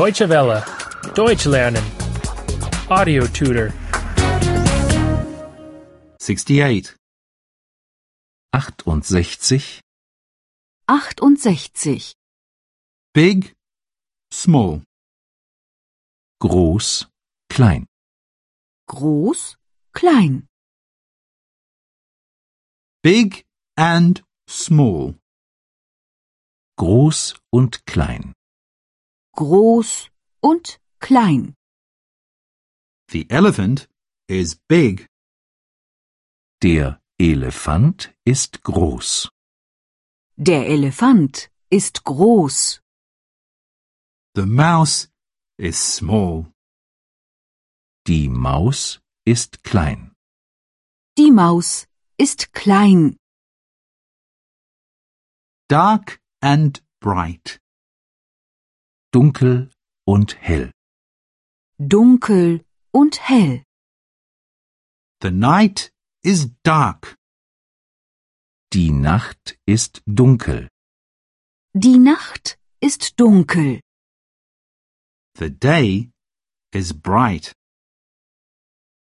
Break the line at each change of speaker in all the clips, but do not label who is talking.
Deutsche Welle. Deutsch lernen. Audio tutor.
68 68
68.
big small groß klein
Groß, klein.
big and small groß und klein
Groß und klein.
The elephant is big Der Elefant ist groß
Der Elefant ist groß.
The mouse is small Die Maus ist klein
Die Maus ist klein.
Dark and bright. Dunkel und hell.
Dunkel und hell.
The night is dark. Die Nacht ist dunkel.
Die Nacht ist dunkel.
The day is bright.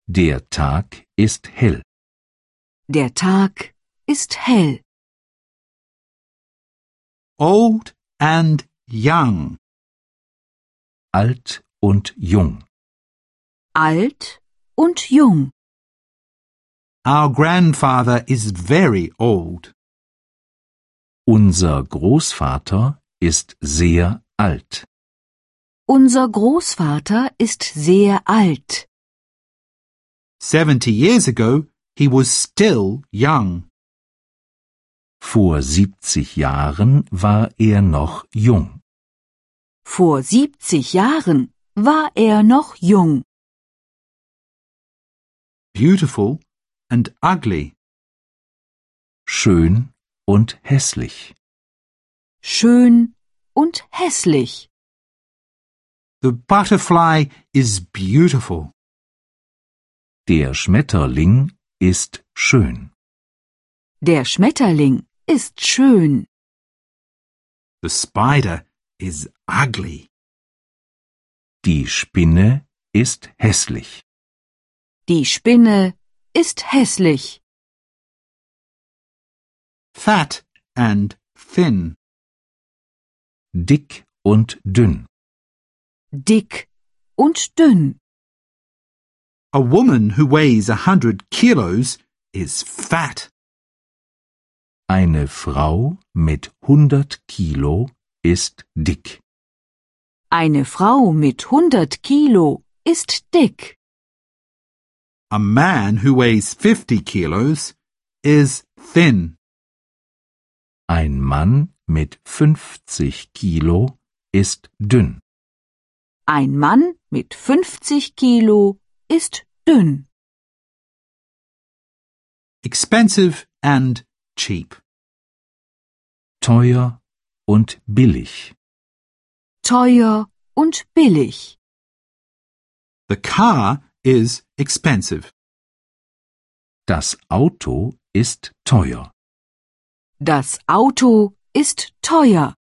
Der Tag ist hell.
Der Tag ist hell.
Old and young. Alt und jung.
Alt und jung.
Our grandfather is very old. Unser Großvater ist sehr alt.
Unser Großvater ist sehr alt.
Seventy years ago, he was still young.
Vor 70 Jahren war er noch jung.
Vor 70 Jahren war er noch jung.
Beautiful and ugly.
Schön und hässlich.
Schön und hässlich.
The butterfly is beautiful.
Der Schmetterling ist schön.
Der Schmetterling ist schön.
The spider is ugly.
Die Spinne ist hässlich.
Die Spinne ist hässlich.
Fat and thin.
Dick und dünn.
Dick und dünn.
A woman who weighs a hundred kilos is fat.
Eine Frau mit 100 Kilo ist dick.
Eine Frau mit 100 Kilo ist dick.
A man who weighs fifty kilos is thin.
Ein Mann mit 50 Kilo ist dünn.
Ein Mann mit 50 Kilo ist dünn.
Expensive and cheap.
Teuer und billig.
Teuer und billig.
The car is expensive.
Das Auto ist teuer.
Das Auto ist teuer.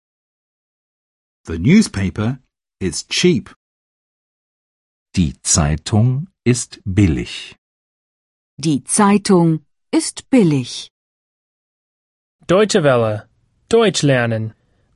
The newspaper is cheap.
Die Zeitung ist billig.
Die Zeitung ist billig.
Deutsche Welle. Deutsch lernen.